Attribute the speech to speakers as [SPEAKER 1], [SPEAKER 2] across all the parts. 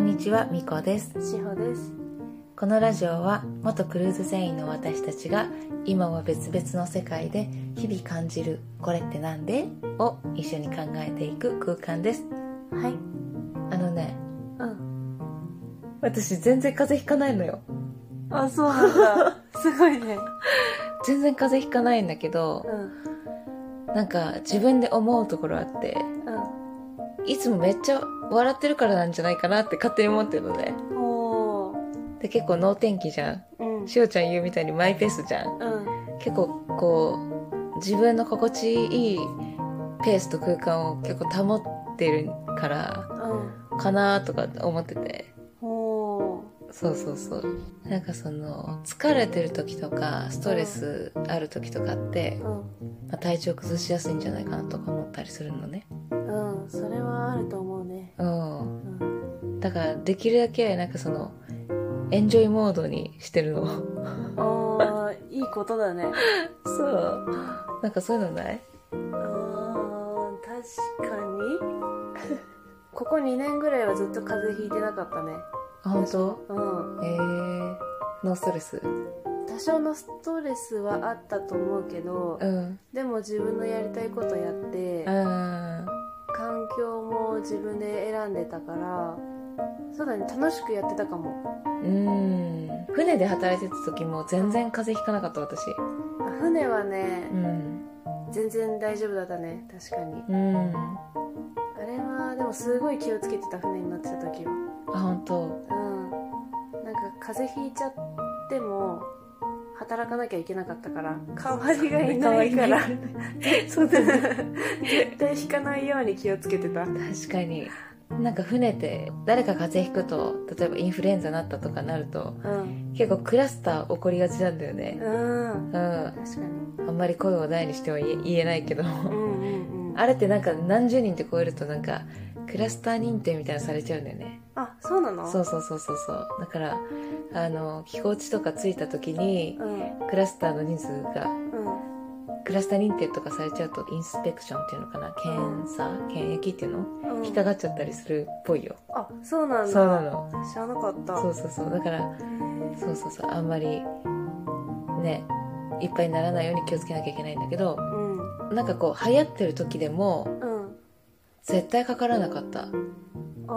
[SPEAKER 1] にちはみこです
[SPEAKER 2] しほです
[SPEAKER 1] このラジオは元クルーズ船員の私たちが今は別々の世界で日々感じる「これってなんで?」を一緒に考えていく空間です
[SPEAKER 2] はい
[SPEAKER 1] あのね
[SPEAKER 2] うん
[SPEAKER 1] 私全然風邪ひかないのよ
[SPEAKER 2] あそうなん だすごいね
[SPEAKER 1] 全然風邪ひかないんだけど
[SPEAKER 2] うん
[SPEAKER 1] なんか自分で思うところあっていつもめっちゃ笑ってるからなんじゃないかなって勝手に思ってるのね
[SPEAKER 2] うんおー
[SPEAKER 1] で結構能天気じゃん
[SPEAKER 2] うん
[SPEAKER 1] しおちゃん言うみたいにマイペースじゃん
[SPEAKER 2] うん
[SPEAKER 1] 結構こう自分の心地いいペースと空間を結構保ってるから
[SPEAKER 2] うん
[SPEAKER 1] かなとか思ってて
[SPEAKER 2] おー
[SPEAKER 1] そうそうそうなんかその疲れてる時とかストレスある時とかって、
[SPEAKER 2] う
[SPEAKER 1] まあ、体調崩しやすいんじゃないかなとか思ったりするのね
[SPEAKER 2] んうんそれはあると思うね
[SPEAKER 1] うん
[SPEAKER 2] うん
[SPEAKER 1] だからできるだけなんかそのエンジョイモードにしてるの
[SPEAKER 2] おーいいことだね
[SPEAKER 1] そうなんかそういうのない
[SPEAKER 2] あー確かに ここ2年ぐらいはずっと風邪ひいてなかったね
[SPEAKER 1] あ本当
[SPEAKER 2] うん
[SPEAKER 1] えー、ノーストレス
[SPEAKER 2] 多少のストレスはあったと思うけど
[SPEAKER 1] うん
[SPEAKER 2] でも自分のやりたいことやって
[SPEAKER 1] うん
[SPEAKER 2] 環境も自分で選んでたからそうだね楽しくやってたかも
[SPEAKER 1] うん船で働いてた時も全然風邪ひかなかった私
[SPEAKER 2] あ船はね
[SPEAKER 1] うん
[SPEAKER 2] 全然大丈夫だったね確かに
[SPEAKER 1] うん
[SPEAKER 2] あれはでもすごい気をつけてた船に乗ってた時は
[SPEAKER 1] あ本当
[SPEAKER 2] うんなんか風邪ひいちゃっても働かなきゃいけなかったから代わりがいないから
[SPEAKER 1] 代わりがいない
[SPEAKER 2] そうだね絶対ひかないように気をつけてた
[SPEAKER 1] 確かになんか船って誰か風邪ひくと例えばインフルエンザになったとかなると
[SPEAKER 2] うん
[SPEAKER 1] 結構クラスター起こりがちなんだよね
[SPEAKER 2] うん
[SPEAKER 1] うんあ
[SPEAKER 2] 確かに
[SPEAKER 1] んまり声を大にしては言え言えないけど
[SPEAKER 2] うんうんうん
[SPEAKER 1] あれってなんか何十人って超えるとなんかクラスター認定みたいなのされちゃうんだよね
[SPEAKER 2] あそうなの
[SPEAKER 1] そうそうそうそうそうだからあの寄港地とか着いた時に
[SPEAKER 2] うん
[SPEAKER 1] クラスターの人数が
[SPEAKER 2] うん
[SPEAKER 1] クラスター認定とかされちゃうとインスペクションっていうのかな検査検疫っていうの
[SPEAKER 2] うん
[SPEAKER 1] 引っかかっちゃったりするっぽいよ、
[SPEAKER 2] あそうなんだ
[SPEAKER 1] そうなの
[SPEAKER 2] 知らなかった
[SPEAKER 1] そうそうそうだからそうそうそうあんまりねいっぱいにならないように気をつけなきゃいけないんだけど
[SPEAKER 2] うん
[SPEAKER 1] なんかこう流行ってる時でも
[SPEAKER 2] うん
[SPEAKER 1] 絶対かからなかったう
[SPEAKER 2] あ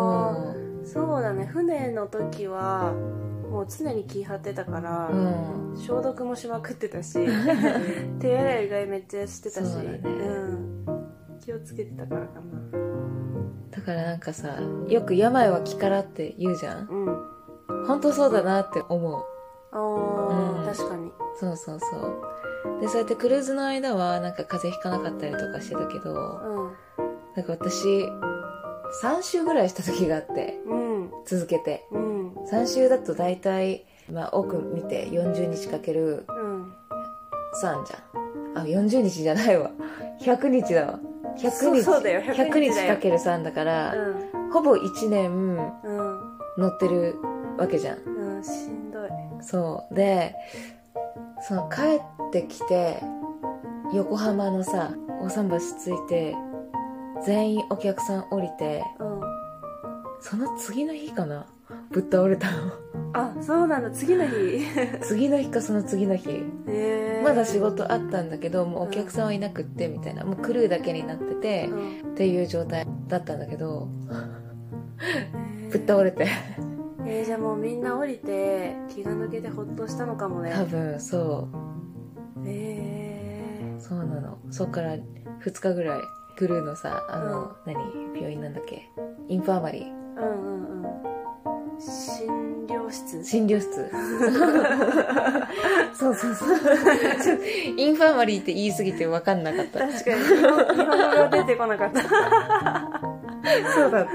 [SPEAKER 2] あ、そうだね船の時はもう常に気張ってたから、
[SPEAKER 1] ん、うん、
[SPEAKER 2] 消毒もしまくって たし手洗いうがいめっちゃしてたし
[SPEAKER 1] そうだね
[SPEAKER 2] ん、気をつけてたからかな
[SPEAKER 1] だからなんかさよく「病は気から」って言うじゃん
[SPEAKER 2] うん
[SPEAKER 1] 本当そうだなって思う
[SPEAKER 2] あー、
[SPEAKER 1] うん
[SPEAKER 2] 確かに
[SPEAKER 1] そうそうそうでそうやってクルーズの間はなんか風邪ひかなかったりとかしてたけどなんか私3週ぐらいした時があって
[SPEAKER 2] うんうん
[SPEAKER 1] 続けて
[SPEAKER 2] うん
[SPEAKER 1] 3週だと大体、まあ、多く見て40日かける
[SPEAKER 2] うん
[SPEAKER 1] 3じゃんあ40日じゃないわ100日だわ100日
[SPEAKER 2] そうそうだよ100
[SPEAKER 1] 100
[SPEAKER 2] 日
[SPEAKER 1] 日
[SPEAKER 2] だよ
[SPEAKER 1] かける3だから、ほぼ1年
[SPEAKER 2] うんうん
[SPEAKER 1] 乗ってるわけじゃん
[SPEAKER 2] うんしんどい
[SPEAKER 1] そうでその帰ってきて横浜のさ大桟橋着いて全員お客さん降りて
[SPEAKER 2] うん
[SPEAKER 1] その次の日かなぶっ倒れたの
[SPEAKER 2] あそうなんだ次の日
[SPEAKER 1] 次の日かその次の日
[SPEAKER 2] えー
[SPEAKER 1] まだ仕事あったんだけどもうお客さんはいなくってみたいなもうクルーだけになってて
[SPEAKER 2] う
[SPEAKER 1] っていう状態だったんだけど
[SPEAKER 2] ん
[SPEAKER 1] ぶっ倒れて
[SPEAKER 2] えー、じゃあもうみんな降りて気が抜けてほっとしたのかもね
[SPEAKER 1] 多分そ
[SPEAKER 2] え
[SPEAKER 1] うそうなのそっから2日ぐらいクルーのさあの、何病院なんだっけインファーマリー
[SPEAKER 2] ー、うんうんうん診療室
[SPEAKER 1] 診療室そうそうそうちょっとインファーマリーって言い過ぎて分かんなかった
[SPEAKER 2] 確かに日本語が出てこなかった
[SPEAKER 1] そうだっ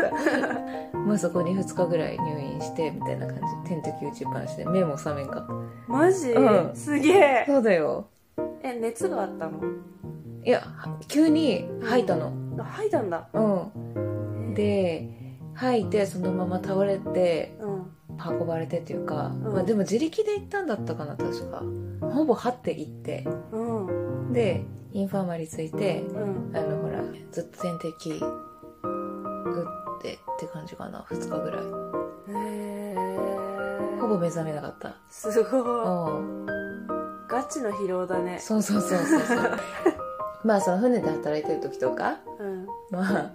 [SPEAKER 1] た まあそこに2日ぐらい入院してみたいな感じ点滴打ちっぱなしで目も覚めんかっ
[SPEAKER 2] マジ、
[SPEAKER 1] うん
[SPEAKER 2] すげえ
[SPEAKER 1] たそうだよ
[SPEAKER 2] え熱があったの
[SPEAKER 1] いや急に吐いたの
[SPEAKER 2] あ吐いたんだ
[SPEAKER 1] うんで吐いてそのまま倒れて
[SPEAKER 2] うん
[SPEAKER 1] 運ばれてっていうか、まあ、でも自力で行ったんだったかな確かほぼ張って行って
[SPEAKER 2] うんうん
[SPEAKER 1] でインファーマリーついてあのほらずっと点滴打ってって感じかな2日ぐらい
[SPEAKER 2] へ
[SPEAKER 1] ほ
[SPEAKER 2] ー
[SPEAKER 1] ぼ目覚めなかった
[SPEAKER 2] すごい
[SPEAKER 1] うん
[SPEAKER 2] ガチの疲労だね
[SPEAKER 1] そうそうそうそうそう まあその船で働いてる時とか
[SPEAKER 2] うん
[SPEAKER 1] まあ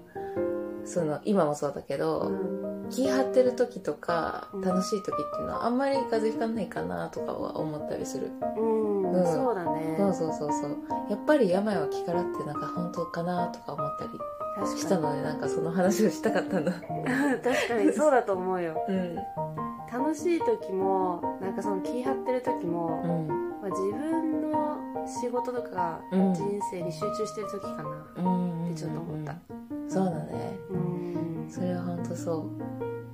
[SPEAKER 1] その今もそうだけど、
[SPEAKER 2] うん
[SPEAKER 1] 気張ってる時とか
[SPEAKER 2] うん
[SPEAKER 1] 楽しい時っていうのはあんまり風邪ひかないかなとかは思ったりする、
[SPEAKER 2] うん
[SPEAKER 1] うん
[SPEAKER 2] そうだね
[SPEAKER 1] そうそうそうそうやっぱり病は気からってなんか本当かなとか思ったりし
[SPEAKER 2] 確
[SPEAKER 1] た
[SPEAKER 2] か
[SPEAKER 1] のでなんかその話をしたかったんだ
[SPEAKER 2] に 確かにそうだと思うよ
[SPEAKER 1] うん
[SPEAKER 2] 楽しい時もなんかその気張ってる時
[SPEAKER 1] う
[SPEAKER 2] も、
[SPEAKER 1] ん
[SPEAKER 2] まあ、自分の仕事とか
[SPEAKER 1] うん
[SPEAKER 2] 人生に集中してる時かな
[SPEAKER 1] うん
[SPEAKER 2] ってちょっと思った
[SPEAKER 1] そうだね
[SPEAKER 2] うん
[SPEAKER 1] それは本当そう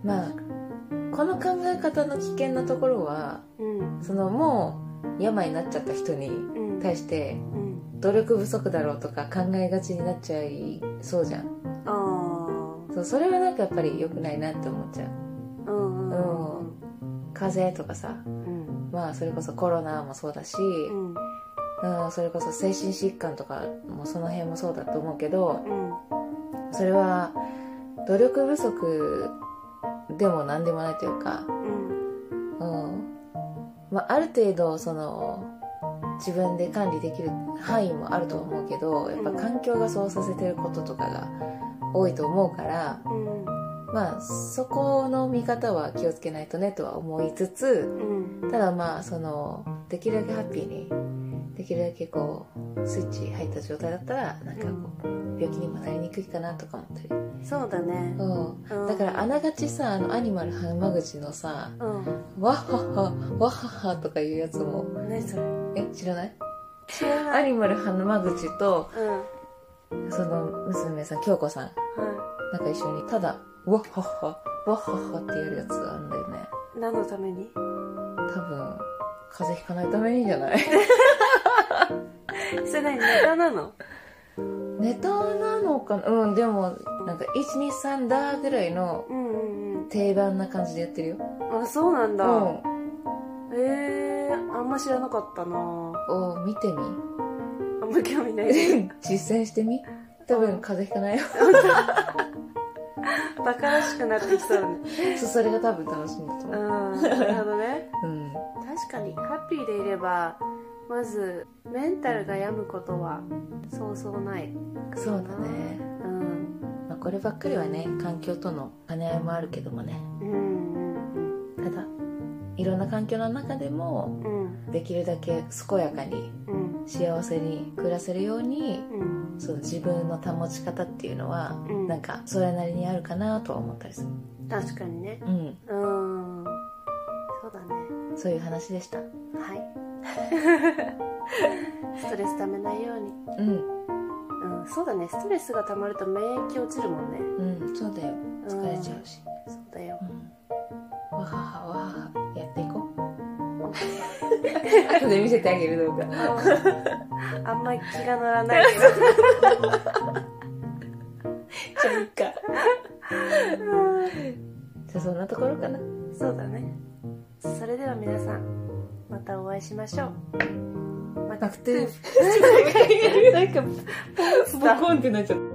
[SPEAKER 1] まあこの考え方の危険なところは
[SPEAKER 2] うん
[SPEAKER 1] そのもう病になっちゃった人に
[SPEAKER 2] うん
[SPEAKER 1] 対して
[SPEAKER 2] うん
[SPEAKER 1] 努力不足だろうとか考えがちになっちゃいそうじゃん
[SPEAKER 2] あー
[SPEAKER 1] そうそれはなんかやっぱり良くないなって思っちゃう
[SPEAKER 2] うんうん
[SPEAKER 1] 風邪とかさ
[SPEAKER 2] うん
[SPEAKER 1] まあそれこそコロナもそうだし、
[SPEAKER 2] うん
[SPEAKER 1] うん、それこそ精神疾患とかもその辺もそうだと思うけど
[SPEAKER 2] うん
[SPEAKER 1] それは努力不足でも何でもないというか、
[SPEAKER 2] うん
[SPEAKER 1] うんまあ、ある程度その自分で管理できる範囲もあると思うけどやっぱ環境がそうさせてることとかが多いと思うから
[SPEAKER 2] うん
[SPEAKER 1] まあそこの見方は気をつけないとねとは思いつつ
[SPEAKER 2] うん
[SPEAKER 1] ただまあそのできるだけハッピーにできるだけこうスイッチ入った状態だったらなんかこう病気にもなりにくいかなとか思ったり、
[SPEAKER 2] そうだね
[SPEAKER 1] うん、
[SPEAKER 2] うん
[SPEAKER 1] だからあながちさあのアニマル浜口のさ
[SPEAKER 2] うん
[SPEAKER 1] 「わっはっはわっはっは」とかいうやつも
[SPEAKER 2] 何それ
[SPEAKER 1] え知らない
[SPEAKER 2] 知ら
[SPEAKER 1] ア
[SPEAKER 2] ない
[SPEAKER 1] ニマル浜口と
[SPEAKER 2] うんは
[SPEAKER 1] その娘さん京子さんなんか一緒にただ「わっはっはわっはっは」ってやるやつがあるんだよね
[SPEAKER 2] い何のために
[SPEAKER 1] 多分風邪ひかないためにじゃない
[SPEAKER 2] それ何ネタなの
[SPEAKER 1] ネタなのかなうんでもなんか123だぐらいの
[SPEAKER 2] うんうん
[SPEAKER 1] 定番な感じでやってるよ
[SPEAKER 2] うんあそうなん
[SPEAKER 1] う
[SPEAKER 2] だ
[SPEAKER 1] ん
[SPEAKER 2] えー、あんま知らなかったな
[SPEAKER 1] お見てみ
[SPEAKER 2] あんま興味ない
[SPEAKER 1] 実践してみ多分風邪ひかないよ
[SPEAKER 2] バカらしくなってきそうだね
[SPEAKER 1] そうそれが多分楽しみだと
[SPEAKER 2] うん
[SPEAKER 1] 思う
[SPEAKER 2] なるほどね
[SPEAKER 1] うん
[SPEAKER 2] 確かにハッピーでいればまずメンタルが病むことはそうそうない
[SPEAKER 1] そうだね、
[SPEAKER 2] うん
[SPEAKER 1] まあ、こればっかりはね環境との兼ね合いもあるけどもね
[SPEAKER 2] うん
[SPEAKER 1] ただいろんな環境の中でも
[SPEAKER 2] うんうん
[SPEAKER 1] できるだけ健やかに
[SPEAKER 2] うん
[SPEAKER 1] 幸せに暮らせるように
[SPEAKER 2] うん
[SPEAKER 1] その自分の保ち方っていうのは、
[SPEAKER 2] うん
[SPEAKER 1] なんかそれなりにあるかなとは思ったりする、
[SPEAKER 2] 確かにね
[SPEAKER 1] うん、
[SPEAKER 2] うんそうだね
[SPEAKER 1] そういう話でした
[SPEAKER 2] はい ストレスためないように、
[SPEAKER 1] うん
[SPEAKER 2] うん、そうだねストレスがたまると免疫落ちるもんね
[SPEAKER 1] うんそうだよ疲れちゃ
[SPEAKER 2] ん
[SPEAKER 1] うし、
[SPEAKER 2] そうだよ
[SPEAKER 1] うん、わははわははやっていこ う後で見せてあげる動画
[SPEAKER 2] あんまり気が乗らないけど
[SPEAKER 1] じゃあいいかじゃあそんなところ かな
[SPEAKER 2] そうだねそれでは皆さんまたお会いしましょうマ
[SPEAKER 1] バクトゥー
[SPEAKER 2] なんか
[SPEAKER 1] ボコンってなっちゃった